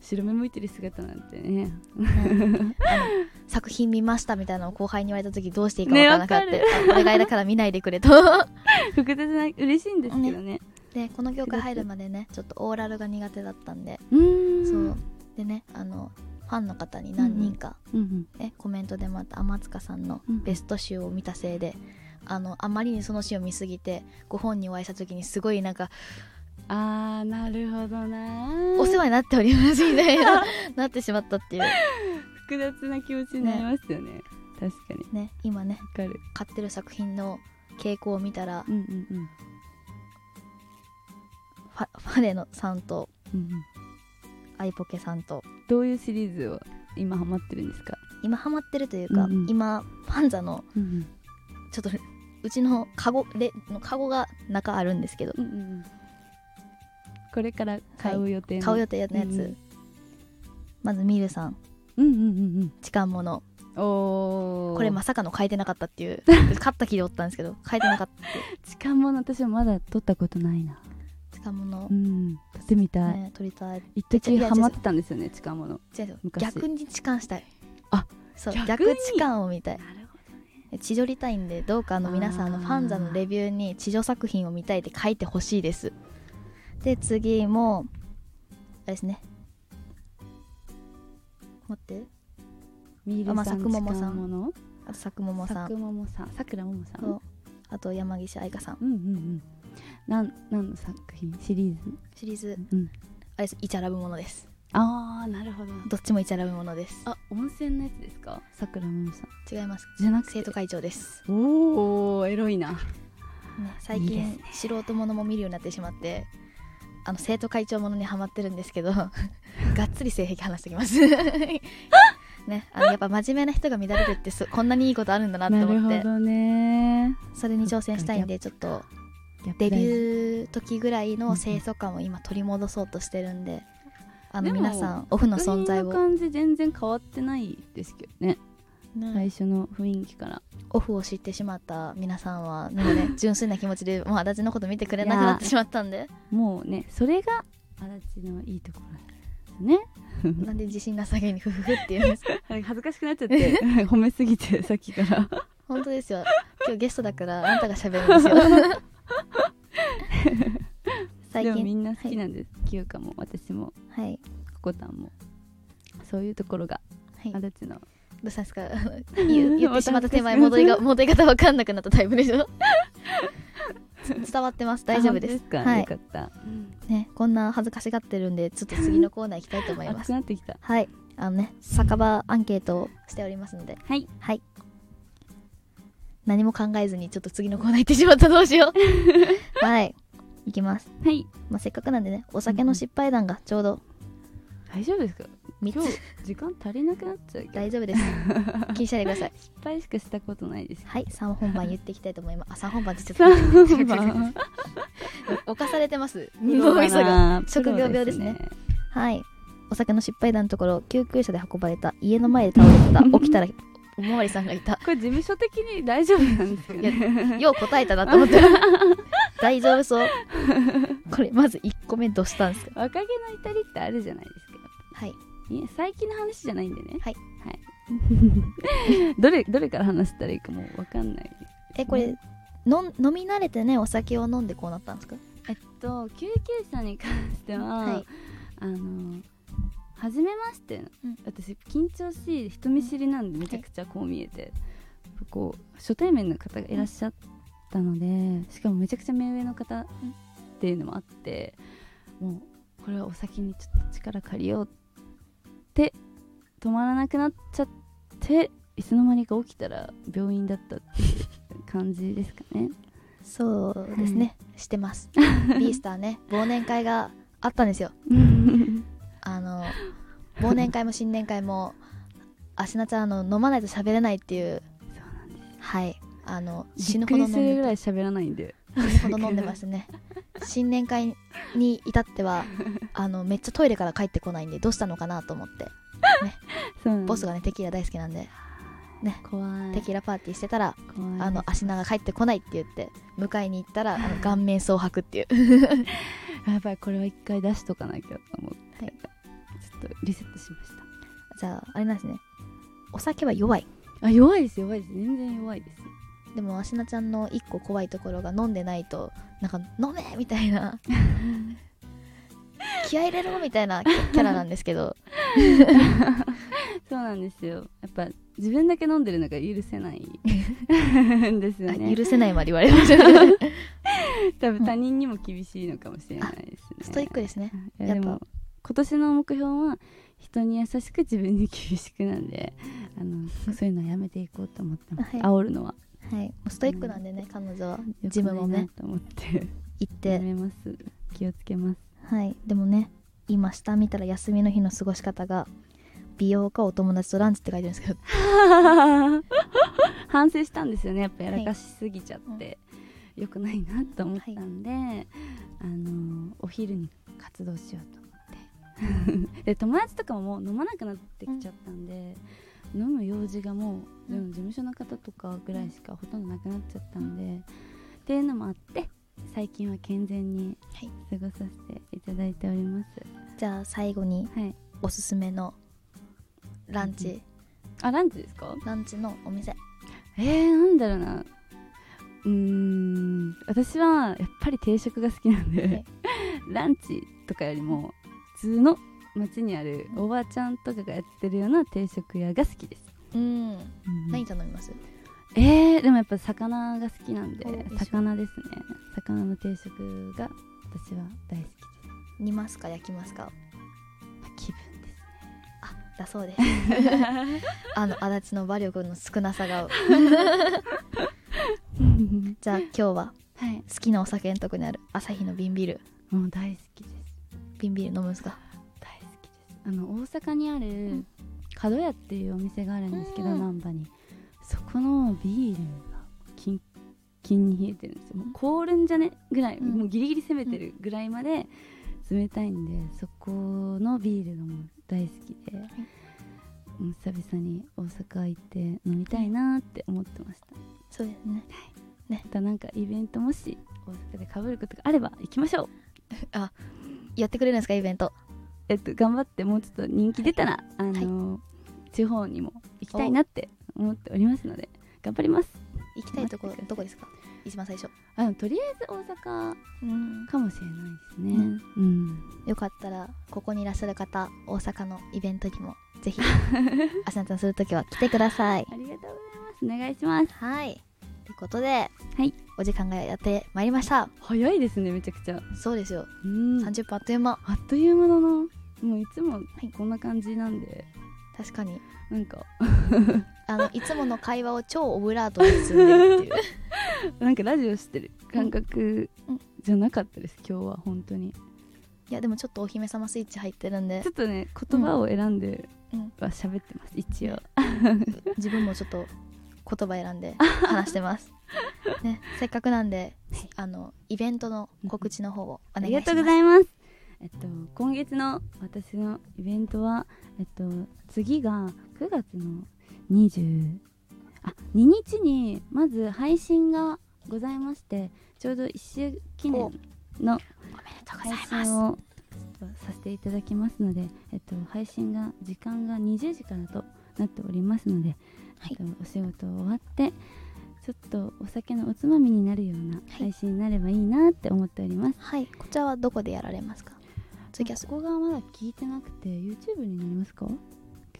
[SPEAKER 2] 白目向いてる姿なんてね
[SPEAKER 1] 作品見ましたみたいなのを後輩に言われた時どうしていいか分からなかった、
[SPEAKER 2] ね
[SPEAKER 1] あお願いだから見ないでくれ と
[SPEAKER 2] 複雑な嬉しいんですけどね
[SPEAKER 1] でこの業界入るまでねちょっとオーラルが苦手だったんで
[SPEAKER 2] うーん
[SPEAKER 1] そうでねあのファンの方に何人か、
[SPEAKER 2] うん
[SPEAKER 1] ね、コメントでもあった天塚さんのベスト集を見たせいで、あのあまりにその集を見すぎてご本人お会いした時にすごいなんか
[SPEAKER 2] うん、ああなるほどな
[SPEAKER 1] お世話になっておりますみたい ななってしまったっていう
[SPEAKER 2] 複雑な気持ちになりますよね確かに
[SPEAKER 1] ね今ね
[SPEAKER 2] わかる
[SPEAKER 1] 買ってる作品の傾向を見たら
[SPEAKER 2] うんうんうん
[SPEAKER 1] ファファレのさんと
[SPEAKER 2] うんうん
[SPEAKER 1] アイポケさんと
[SPEAKER 2] どういうシリーズを今ハマってるんですか、
[SPEAKER 1] 今ハマってるというか、
[SPEAKER 2] うんうん
[SPEAKER 1] 今パンザの
[SPEAKER 2] うん
[SPEAKER 1] ちょっとうちのカゴでのカゴが中あるんですけど
[SPEAKER 2] うんうん、これから買う予定の、
[SPEAKER 1] 買う予定のやつ、
[SPEAKER 2] うん
[SPEAKER 1] まずミルさん
[SPEAKER 2] うんうん
[SPEAKER 1] 痴漢もの
[SPEAKER 2] うんおお
[SPEAKER 1] これまさかの変えてなかったっていう 買った気でおったんですけど変えてなかった
[SPEAKER 2] 痴漢もの私はまだ撮ったことないな
[SPEAKER 1] 痴漢もの
[SPEAKER 2] うん撮ってみたい、
[SPEAKER 1] ね撮りたい
[SPEAKER 2] 一時ハマってたんですよね痴漢もの
[SPEAKER 1] 違うよ
[SPEAKER 2] 昔
[SPEAKER 1] 逆に痴漢したい
[SPEAKER 2] あ
[SPEAKER 1] そう
[SPEAKER 2] 逆に
[SPEAKER 1] 逆痴漢を見たい
[SPEAKER 2] るほど
[SPEAKER 1] 地上りたいんでどうかあの皆さんあの
[SPEAKER 2] あー
[SPEAKER 1] ファンザのレビューに地上作品を見たいって書いてほしいですで次もあれですね待って
[SPEAKER 2] ミー
[SPEAKER 1] あま
[SPEAKER 2] ル
[SPEAKER 1] あ
[SPEAKER 2] さん
[SPEAKER 1] 佐久
[SPEAKER 2] 痴
[SPEAKER 1] 桃
[SPEAKER 2] 漢
[SPEAKER 1] さん
[SPEAKER 2] もの
[SPEAKER 1] あと佐久桃さ
[SPEAKER 2] さ
[SPEAKER 1] ん
[SPEAKER 2] くももさんさくらももさん
[SPEAKER 1] とあと山岸愛香さん
[SPEAKER 2] うんうんうんなんなんの作品シリーズ、
[SPEAKER 1] シリーズ
[SPEAKER 2] うん、
[SPEAKER 1] あれですイチャラブものです
[SPEAKER 2] ああなるほど
[SPEAKER 1] どっちもイチャラブものです
[SPEAKER 2] あ温泉のやつですかさくらももさん
[SPEAKER 1] 違います
[SPEAKER 2] じゃなくて
[SPEAKER 1] 生徒会長です
[SPEAKER 2] おおエロいな
[SPEAKER 1] ね、最
[SPEAKER 2] いいで
[SPEAKER 1] 近
[SPEAKER 2] すね
[SPEAKER 1] 素人ものも見るようになってしまってあの生徒会長ものにハマってるんです けどがっつり性癖話してきますねあのやっぱ真面目な人が乱れるってすこんなにいいことあるんだなと
[SPEAKER 2] なる
[SPEAKER 1] 思っ
[SPEAKER 2] ほ
[SPEAKER 1] て
[SPEAKER 2] どね
[SPEAKER 1] それに挑戦したいんでちょっとデビ
[SPEAKER 2] ー
[SPEAKER 1] ュー時ぐらいの清楚感を今取り戻そうとしてるんであの
[SPEAKER 2] でも
[SPEAKER 1] 皆さんオフの存在
[SPEAKER 2] の
[SPEAKER 1] を、
[SPEAKER 2] 感じ全然変わってないですけどね、最初の雰囲気から
[SPEAKER 1] オフを知ってしまった皆さんはもう ね純粋な気持ちでもう足立のこと見てくれなくなってしまったんで
[SPEAKER 2] もうねそれが足立のいいところなんですよね
[SPEAKER 1] なんで自信なさげにフフフって言うん ですか
[SPEAKER 2] はい 恥ずかしくなっちゃって 褒めすぎてさっきから
[SPEAKER 1] 本当ですよ今日ゲストだからあんたが喋るんです よ
[SPEAKER 2] で
[SPEAKER 1] 最
[SPEAKER 2] もみ
[SPEAKER 1] 近
[SPEAKER 2] んな好きなんです、清香も私も
[SPEAKER 1] はい
[SPEAKER 2] ココタンもそういうところが
[SPEAKER 1] はい
[SPEAKER 2] 足
[SPEAKER 1] ど
[SPEAKER 2] 立の
[SPEAKER 1] うしたんですか 言う言ってしまった手前戻りが戻り方わかんなくなったタイプでしょ 伝わってます大丈夫です
[SPEAKER 2] あ本当か、
[SPEAKER 1] はい
[SPEAKER 2] よかった
[SPEAKER 1] ね、こんな恥ずかしがってるんでちょっと次のコーナー行きたいと思いま
[SPEAKER 2] 熱く
[SPEAKER 1] す
[SPEAKER 2] なってきた
[SPEAKER 1] はいあのね酒場アンケートをしておりますので
[SPEAKER 2] はい
[SPEAKER 1] はい何も考えずにちょっと次のコーナー行ってしまったどうしよ うはい行きます、
[SPEAKER 2] はい
[SPEAKER 1] まあ、せっかくなんでねお酒の失敗談がちょうど
[SPEAKER 2] 大丈夫ですか
[SPEAKER 1] 3
[SPEAKER 2] 今
[SPEAKER 1] つ
[SPEAKER 2] 日時間足りなくなっちゃうけど
[SPEAKER 1] 大丈夫です 気にしないでください
[SPEAKER 2] 失敗しかしたことな いです
[SPEAKER 1] はい3本番言っていきたいと思いますあ3本番ってちょっと
[SPEAKER 2] 3番
[SPEAKER 1] 犯されてます脳みそが職業病ですねはい。お酒の失敗談のところ、救急車で運ばれた、家の前で倒れて た、起きたら、おまわりさんがいた。
[SPEAKER 2] これ事務所的に大丈夫なんですか
[SPEAKER 1] いや
[SPEAKER 2] ね
[SPEAKER 1] よう答えたなと思っ て。大丈夫そう。これ、まず1個目どうしたんですか
[SPEAKER 2] 若気の至りってあるじゃないですか
[SPEAKER 1] はい。
[SPEAKER 2] いや最近の話じゃないんでね
[SPEAKER 1] はい、
[SPEAKER 2] はい、どれどれから話したらいいかもう分かんない
[SPEAKER 1] え、これ、のん飲み慣れてね、お酒を飲んでこうなったんですか
[SPEAKER 2] えっと救急車に関しては、
[SPEAKER 1] はい
[SPEAKER 2] あの初めまして、
[SPEAKER 1] うん
[SPEAKER 2] 私緊張しい人見知りなんでめちゃくちゃこう見えて、こう初対面の方がいらっしゃったので、しかもめちゃくちゃ目上の方っていうのもあってもうこれはお先にちょっと力借りようって止まらなくなっちゃっていつの間にか起きたら病院だったっていう感じですかね。
[SPEAKER 1] そうですね。して ます。ビースターね、忘年会があったんですよ。あの、忘年会も新年会も、あしなちゃん、あの、飲まないと喋れないっていう、
[SPEAKER 2] そうなんです
[SPEAKER 1] はい。あの、
[SPEAKER 2] 死
[SPEAKER 1] 死
[SPEAKER 2] ぬ
[SPEAKER 1] ぬ
[SPEAKER 2] ほ
[SPEAKER 1] ほど
[SPEAKER 2] ど
[SPEAKER 1] 飲ん
[SPEAKER 2] 飲んでる
[SPEAKER 1] で
[SPEAKER 2] ぐ
[SPEAKER 1] た
[SPEAKER 2] らい喋らないんで
[SPEAKER 1] ほど飲んでましたね新年会に至ってはあのめっちゃトイレから帰ってこないんでどうしたのかなと思って
[SPEAKER 2] そうなん
[SPEAKER 1] ボス
[SPEAKER 2] が
[SPEAKER 1] がねテキーラ大好きなんで
[SPEAKER 2] 怖い
[SPEAKER 1] テキーラパーティーしてたら
[SPEAKER 2] 怖い
[SPEAKER 1] あの足長帰ってこないって言って迎えに行ったらあの顔面蒼白っていう
[SPEAKER 2] やばいこれは一回出しとかなきゃと思って、
[SPEAKER 1] はい
[SPEAKER 2] ちょっとリセットしまし
[SPEAKER 1] じゃああれなんですねお酒は弱い
[SPEAKER 2] たあ弱いです弱いです全然弱いです
[SPEAKER 1] でも足なちゃんの一個怖いところが飲んでないとなんか「飲め!」みたいな気合い入れろみたいなキャラなんですけど
[SPEAKER 2] そうなんですよやっぱ自分だけ飲んでるのが許 せないんですよね
[SPEAKER 1] 許せないまで言われましたね
[SPEAKER 2] 多分他人にも厳しいのかもしれないですね
[SPEAKER 1] ストイックですね
[SPEAKER 2] いや
[SPEAKER 1] や
[SPEAKER 2] で
[SPEAKER 1] っ
[SPEAKER 2] も今年の目標は人に優しく自分に厳しくなんであのそういうのはやめていこうと思ってます、
[SPEAKER 1] はい
[SPEAKER 2] 煽るのは
[SPEAKER 1] はい、ストイックなんでね、彼女は
[SPEAKER 2] 良
[SPEAKER 1] 自
[SPEAKER 2] くない
[SPEAKER 1] 分もね
[SPEAKER 2] なと思って
[SPEAKER 1] 行って、
[SPEAKER 2] やめます気をつけます
[SPEAKER 1] はいでもね今下見たら休みの日の過ごし方が美容かお友達とランチって書いてるんですけど
[SPEAKER 2] 反省したんですよねやっぱやらかしすぎちゃって、良くないなと思ったんで、あのお昼に活動しようと思って で友達とかももう飲まなくなってきちゃったんで、飲む用事がもう、
[SPEAKER 1] うん
[SPEAKER 2] でも事務所の方とかぐらいしかほとんどなくなっちゃったんで、っていうのもあって最近は健全に
[SPEAKER 1] はい
[SPEAKER 2] 過ごさせていただいております、
[SPEAKER 1] じゃあ最後に
[SPEAKER 2] はい、
[SPEAKER 1] おすすめのランチ、
[SPEAKER 2] あランチですか
[SPEAKER 1] ランチのお店
[SPEAKER 2] えー、なんだろうなうーん私はやっぱり定食が好きなんで、
[SPEAKER 1] はい
[SPEAKER 2] ランチとかよりも普通の街にあるおばあちゃんとかがやってるような定食屋が好きです、
[SPEAKER 1] うん
[SPEAKER 2] うん
[SPEAKER 1] 何頼みます
[SPEAKER 2] えー、でもやっぱ魚が好きなんで
[SPEAKER 1] お一緒
[SPEAKER 2] 魚ですね魚の定食が私は大好き
[SPEAKER 1] 煮ますか焼きますか
[SPEAKER 2] です気分です
[SPEAKER 1] あだそう ですあの足立の馬力の少なさがじゃあ今日は
[SPEAKER 2] はい
[SPEAKER 1] 好きなお酒のとこにある朝日の瓶ビール
[SPEAKER 2] もう大好きです
[SPEAKER 1] 瓶ビール飲むんですか
[SPEAKER 2] 大好きですあの大阪にある
[SPEAKER 1] ん
[SPEAKER 2] 角屋っていうお店があるんですけど、
[SPEAKER 1] うん
[SPEAKER 2] 難波にそこのビールがキン金に冷えてるんですよもう凍るんじゃねぐらい、
[SPEAKER 1] うん
[SPEAKER 2] もうギリギリ攻めてるぐらいまで冷たいんで、そこのビールがもう大好きで、もう久々に大阪行って飲みたいなって思ってました
[SPEAKER 1] そうですね
[SPEAKER 2] またなんかイベントもし大阪でかぶることがあれば行きましょう
[SPEAKER 1] やってくれるんですかイベント
[SPEAKER 2] えっと頑張ってもうちょっと人気出たら、あのー地方にも行きたいなって思っておりますので頑張ります
[SPEAKER 1] 行きたいとこ
[SPEAKER 2] 待ってください
[SPEAKER 1] どこですか一番最初
[SPEAKER 2] あのとりあえず大阪
[SPEAKER 1] うん
[SPEAKER 2] かもしれないですね、
[SPEAKER 1] よかったらここにいらっしゃる方大阪のイベントにもぜ ひあしなちゃんするときは来てください
[SPEAKER 2] ありがとうございますお願いします
[SPEAKER 1] はいということで、
[SPEAKER 2] はい、
[SPEAKER 1] お時間がやってまいりました
[SPEAKER 2] 早いですねめちゃくちゃ
[SPEAKER 1] そうですよ
[SPEAKER 2] うん
[SPEAKER 1] 30分あっという間
[SPEAKER 2] あっという間だなもういつもこんな感じなんで、
[SPEAKER 1] 確かに
[SPEAKER 2] なんか
[SPEAKER 1] あ のいつもの会話を超オブラートに包んでるっていう
[SPEAKER 2] なんかラジオしてる感覚じゃなかったです、今日は本当に
[SPEAKER 1] いやでもちょっとお姫様スイッチ入ってるん で
[SPEAKER 2] ちょっとね言葉を選んで
[SPEAKER 1] うん
[SPEAKER 2] は喋ってます、一応
[SPEAKER 1] 自分もちょっと言葉選ん で話してます、ね、せっかくなんで
[SPEAKER 2] はい
[SPEAKER 1] あのイベントの告知の方をお
[SPEAKER 2] あ
[SPEAKER 1] 願い
[SPEAKER 2] り
[SPEAKER 1] します
[SPEAKER 2] がとうございます。えっと、今月の私のイベントは、えっと、次が9月の20あ2日にまず配信がございましてちょうど1周記
[SPEAKER 1] お
[SPEAKER 2] 念
[SPEAKER 1] お
[SPEAKER 2] の
[SPEAKER 1] めでとうござ
[SPEAKER 2] 配
[SPEAKER 1] います
[SPEAKER 2] 信をちょっとさせていただきますので、えっと、配信が時間が20時からとなっておりますので、
[SPEAKER 1] はい
[SPEAKER 2] えっと、お仕事終わってちょっとお酒のおつまみになるような配信になればいいなって思っております。
[SPEAKER 1] はいこちらはどこでやられますかツイキャス
[SPEAKER 2] ここがまだ聞いてなくて YouTube になりますか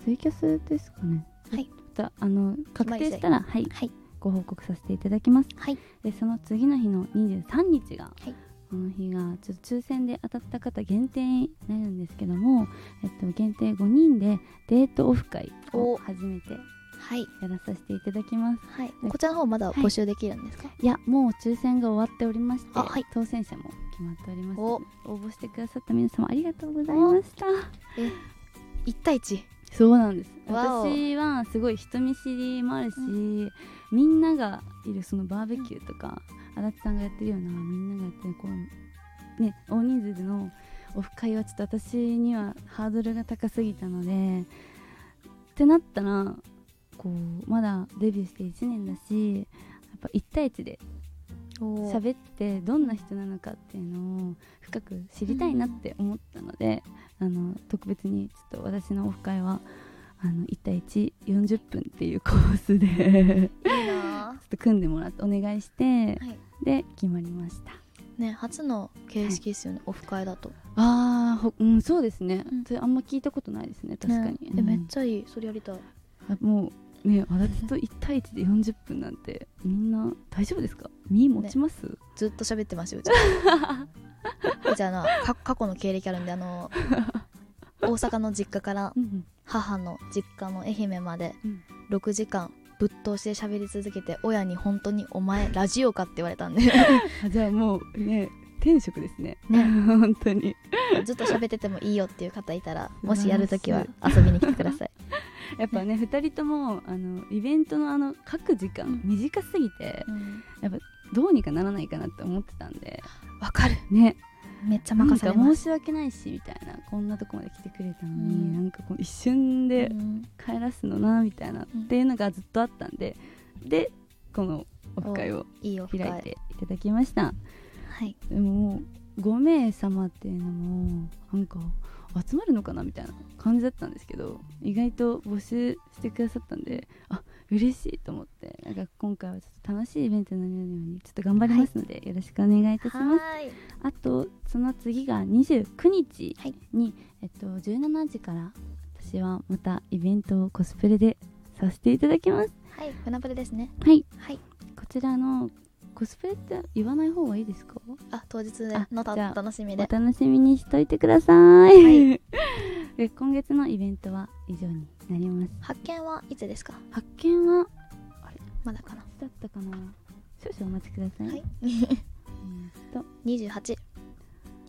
[SPEAKER 2] ツイキャスですかね
[SPEAKER 1] はい
[SPEAKER 2] またあの確定したらはい、
[SPEAKER 1] はい
[SPEAKER 2] ご報告させていただきます
[SPEAKER 1] はい
[SPEAKER 2] でその次の日の23日が、
[SPEAKER 1] い
[SPEAKER 2] この日がちょっと抽選で当たった方限定になるんですけども、えっと、限定5人でデートオフ会を
[SPEAKER 1] お
[SPEAKER 2] 初めてや
[SPEAKER 1] はい
[SPEAKER 2] らさせていただきます
[SPEAKER 1] はいこちらの方まだ募集できるんですか、
[SPEAKER 2] いやもう抽選が終わっておりまして、
[SPEAKER 1] あはい
[SPEAKER 2] 当選者も決まっております
[SPEAKER 1] お
[SPEAKER 2] 応募してくださった皆様ありがとうございました
[SPEAKER 1] 一対一
[SPEAKER 2] そうなんです
[SPEAKER 1] わお
[SPEAKER 2] 私はすごい人見知りもあるし、みんながいるそのバーベキューとか、足立さんがやってるようなみんながやってるこうね大人数でのオフ会はちょっと私にはハードルが高すぎたのでってなったらこうまだデビューして1年だしやっぱ1対1で
[SPEAKER 1] お
[SPEAKER 2] 喋ってどんな人なのかっていうのを深く知りたいなって思ったので、あの特別にちょっと私のオフ会はあの1対140分っていうコース でちょ
[SPEAKER 1] いいな
[SPEAKER 2] っと組んでもらってお願いして、
[SPEAKER 1] ぁはい
[SPEAKER 2] で決まりました
[SPEAKER 1] ね初の形式ですよね、オフ会だと
[SPEAKER 2] あーほうんそうですね、
[SPEAKER 1] うん
[SPEAKER 2] それあんま聞いたことないですね確かに、
[SPEAKER 1] ね
[SPEAKER 2] うん
[SPEAKER 1] えめっちゃいいそれやりたい
[SPEAKER 2] あもうね足立と1対1で40分なんてみんな大丈夫ですか身持ちます、
[SPEAKER 1] ずっと喋って ますようちうちはなか過去の経歴あるんであ の大阪の実家から
[SPEAKER 2] うん
[SPEAKER 1] 母の実家の愛媛まで
[SPEAKER 2] うん
[SPEAKER 1] 6時間ぶっ通しで喋り続けて親に本当に「お前ラジオか?」って言われたんで
[SPEAKER 2] あじゃあもうね天職ですね
[SPEAKER 1] ね
[SPEAKER 2] 本当に
[SPEAKER 1] ずっと喋っててもいいよっていう方いたらもしやるときは
[SPEAKER 2] 素
[SPEAKER 1] 遊びに来てください
[SPEAKER 2] やっぱね2人ともあのイベントのあの各時間短すぎて
[SPEAKER 1] うん
[SPEAKER 2] どうにかならないかなって思ってたんで
[SPEAKER 1] わ、かる
[SPEAKER 2] ね
[SPEAKER 1] めっちゃ
[SPEAKER 2] なん
[SPEAKER 1] 任
[SPEAKER 2] か
[SPEAKER 1] されま
[SPEAKER 2] 申
[SPEAKER 1] す
[SPEAKER 2] し訳ないしみたいなこんなとこまで来てくれたのに、
[SPEAKER 1] うん
[SPEAKER 2] なんかこう一瞬
[SPEAKER 1] う
[SPEAKER 2] で
[SPEAKER 1] ん
[SPEAKER 2] 帰らすのなみたいな、
[SPEAKER 1] うん
[SPEAKER 2] っていうのがずっとあったんででこのオフ会を
[SPEAKER 1] いいよ
[SPEAKER 2] 開いていただきました
[SPEAKER 1] はい
[SPEAKER 2] でももう5名様っていうのもなんか集まるのかなみたいな感じだったんですけど意外と募集してくださったんであ嬉しいと思ってなんか今回はちょっと楽しいイベントになるようにちょっと頑張りますので、よろしくお願いいたします
[SPEAKER 1] はーい
[SPEAKER 2] あとその次が29日
[SPEAKER 1] はい
[SPEAKER 2] に、えっと、17時から私はまたイベントをコスプレでさせていただきます
[SPEAKER 1] はい船プレですね
[SPEAKER 2] はい
[SPEAKER 1] はい
[SPEAKER 2] こちらのコスプレって言わない方がいいですか
[SPEAKER 1] あ当日
[SPEAKER 2] あ
[SPEAKER 1] のた
[SPEAKER 2] じゃあ
[SPEAKER 1] 楽しみ
[SPEAKER 2] お
[SPEAKER 1] で
[SPEAKER 2] 楽しみにしといてください、
[SPEAKER 1] は
[SPEAKER 2] で今月のイベントは以上になります
[SPEAKER 1] 発見はいつですか
[SPEAKER 2] 発見は
[SPEAKER 1] まだかな
[SPEAKER 2] だったかな少々お待ちください、
[SPEAKER 1] はい
[SPEAKER 2] えーっと
[SPEAKER 1] 28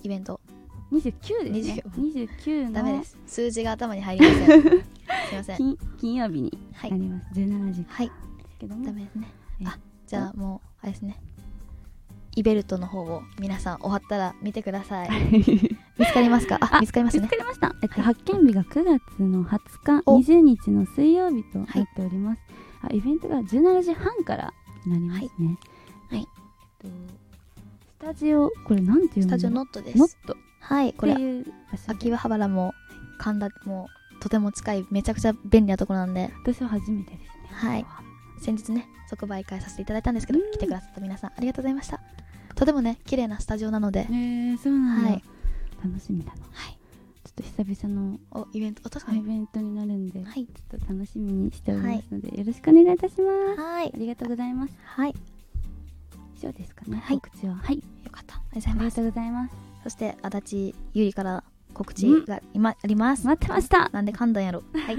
[SPEAKER 1] イベント
[SPEAKER 2] 29ですね29
[SPEAKER 1] ダメ
[SPEAKER 2] の
[SPEAKER 1] です数字が頭に入りま せんすいません
[SPEAKER 2] 金金曜日に
[SPEAKER 1] は
[SPEAKER 2] ないります、17時で
[SPEAKER 1] はい
[SPEAKER 2] すけども
[SPEAKER 1] ダメですね
[SPEAKER 2] え
[SPEAKER 1] あじゃあもうあれですねイベルトの方を皆さん終わったら見てください見つかりますかあ
[SPEAKER 2] あ
[SPEAKER 1] 見つかりました
[SPEAKER 2] 見
[SPEAKER 1] ね
[SPEAKER 2] つかりました。えっと、
[SPEAKER 1] はい
[SPEAKER 2] 発見日が9月の20日、
[SPEAKER 1] お
[SPEAKER 2] 20日の水曜日となっております。あイベントが17時半からになりますね。
[SPEAKER 1] はいはい
[SPEAKER 2] えっとスタジオ、これなんていう
[SPEAKER 1] ス
[SPEAKER 2] の
[SPEAKER 1] タジオノットです
[SPEAKER 2] ノットっ
[SPEAKER 1] はいこ
[SPEAKER 2] て
[SPEAKER 1] れ
[SPEAKER 2] いう場所
[SPEAKER 1] 秋葉原も神田もとても近いめちゃくちゃ便利なところなんで
[SPEAKER 2] 私は初めてですね。
[SPEAKER 1] はい先日ね即売会させていただいたんですけど
[SPEAKER 2] うん
[SPEAKER 1] 来てくださった皆さんありがとうございましたとてもね綺麗なスタジオなので、
[SPEAKER 2] えー、そうなんだ。
[SPEAKER 1] はい
[SPEAKER 2] 楽しみだな。
[SPEAKER 1] はい、
[SPEAKER 2] ちょっと久々の
[SPEAKER 1] おイベントお確か
[SPEAKER 2] イ
[SPEAKER 1] に
[SPEAKER 2] ベントになるんで、
[SPEAKER 1] はい
[SPEAKER 2] ちょっと楽しみにしておりますので、よろしくお願いいたします。
[SPEAKER 1] はい
[SPEAKER 2] ありがとうございます。
[SPEAKER 1] はい
[SPEAKER 2] 以上ですかね。
[SPEAKER 1] はい
[SPEAKER 2] 告知は。はい。
[SPEAKER 1] よかったありがとうござい
[SPEAKER 2] あり
[SPEAKER 1] ま
[SPEAKER 2] が
[SPEAKER 1] す
[SPEAKER 2] とうございます。
[SPEAKER 1] そして足立ゆりから告知
[SPEAKER 2] うん
[SPEAKER 1] が今あります
[SPEAKER 2] 待ってました。
[SPEAKER 1] なんで噛んだんやろ はい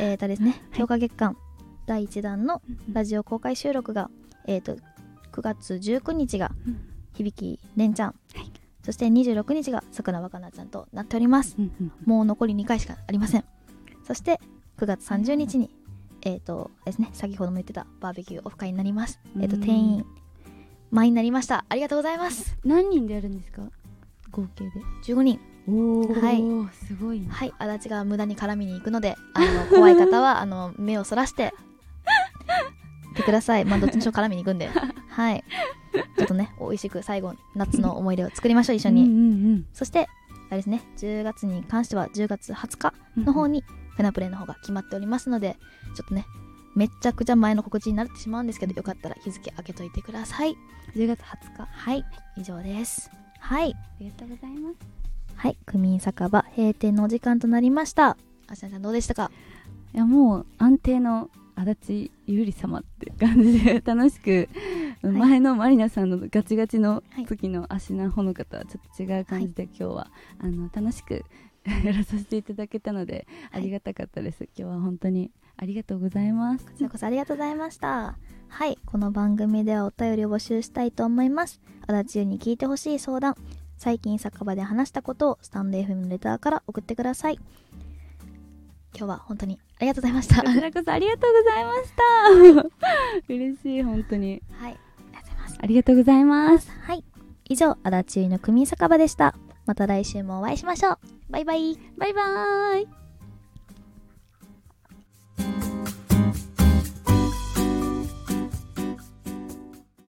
[SPEAKER 1] えーとですね強化月間第1弾のラジオ公開収録がえーと9月19日が
[SPEAKER 2] うん
[SPEAKER 1] 響れんちゃん、
[SPEAKER 2] はい
[SPEAKER 1] そして26日がさくら若菜ちゃんとなっております
[SPEAKER 2] うんうん
[SPEAKER 1] もう残り2回しかありませんそして9月30日にえっ、とあれですね先ほども言ってたバーベキューオフ会になりますえっ、と
[SPEAKER 2] うん
[SPEAKER 1] 定員満員になりましたありがとうございます
[SPEAKER 2] 何人でやるんですか合計で。
[SPEAKER 1] 15人
[SPEAKER 2] お
[SPEAKER 1] ー
[SPEAKER 2] はい、すごいな。
[SPEAKER 1] はい足立が無駄に絡みに行くのであの怖い方 はあの目をそらして来てくださいまあどっちにしろ絡みに行くんではいちょっとね美味しく最後夏の思い出を作りましょう一緒に、
[SPEAKER 2] うんうん
[SPEAKER 1] そして、あれですね、10月に関しては10月20日
[SPEAKER 2] うん、
[SPEAKER 1] の方にフェナプレの方が決まっておりますので、ちょっとね、めっちゃくちゃ前の告知になってしまうんですけど、よかったら日付開けといてください。
[SPEAKER 2] 10月20日。あ
[SPEAKER 1] はい、以上です。はい、
[SPEAKER 2] りがとうございます。
[SPEAKER 1] はい、区民酒場閉店のお時間となりました。あしなさんどうでしたか
[SPEAKER 2] いやもう安定の足立ゆり様って感じで楽しく、
[SPEAKER 1] い
[SPEAKER 2] 前のマリナさんのガチガチの
[SPEAKER 1] はい
[SPEAKER 2] 時の芦名ほのかとはちょっと違う感じで、今日はあの楽しく やらさせていただけたので、
[SPEAKER 1] はい
[SPEAKER 2] ありがたかったです今日は本当にありがとうございます
[SPEAKER 1] こちらこそありがとうございました。はい、この番組ではお便りを募集したいと思います。足立ゆに聞いてほしい相談、最近酒場で話したことをスタンド FM のレターから送ってください。今日は本当にありがとうございました。
[SPEAKER 2] こち
[SPEAKER 1] はい、
[SPEAKER 2] らこそありがとうございました 嬉しい本当に
[SPEAKER 1] ありがとうございます。
[SPEAKER 2] ありがとうございます
[SPEAKER 1] はい、以上、足立ゆの組酒場でした。また来週もお会いしましょう。バイバイ。
[SPEAKER 2] バイバーイ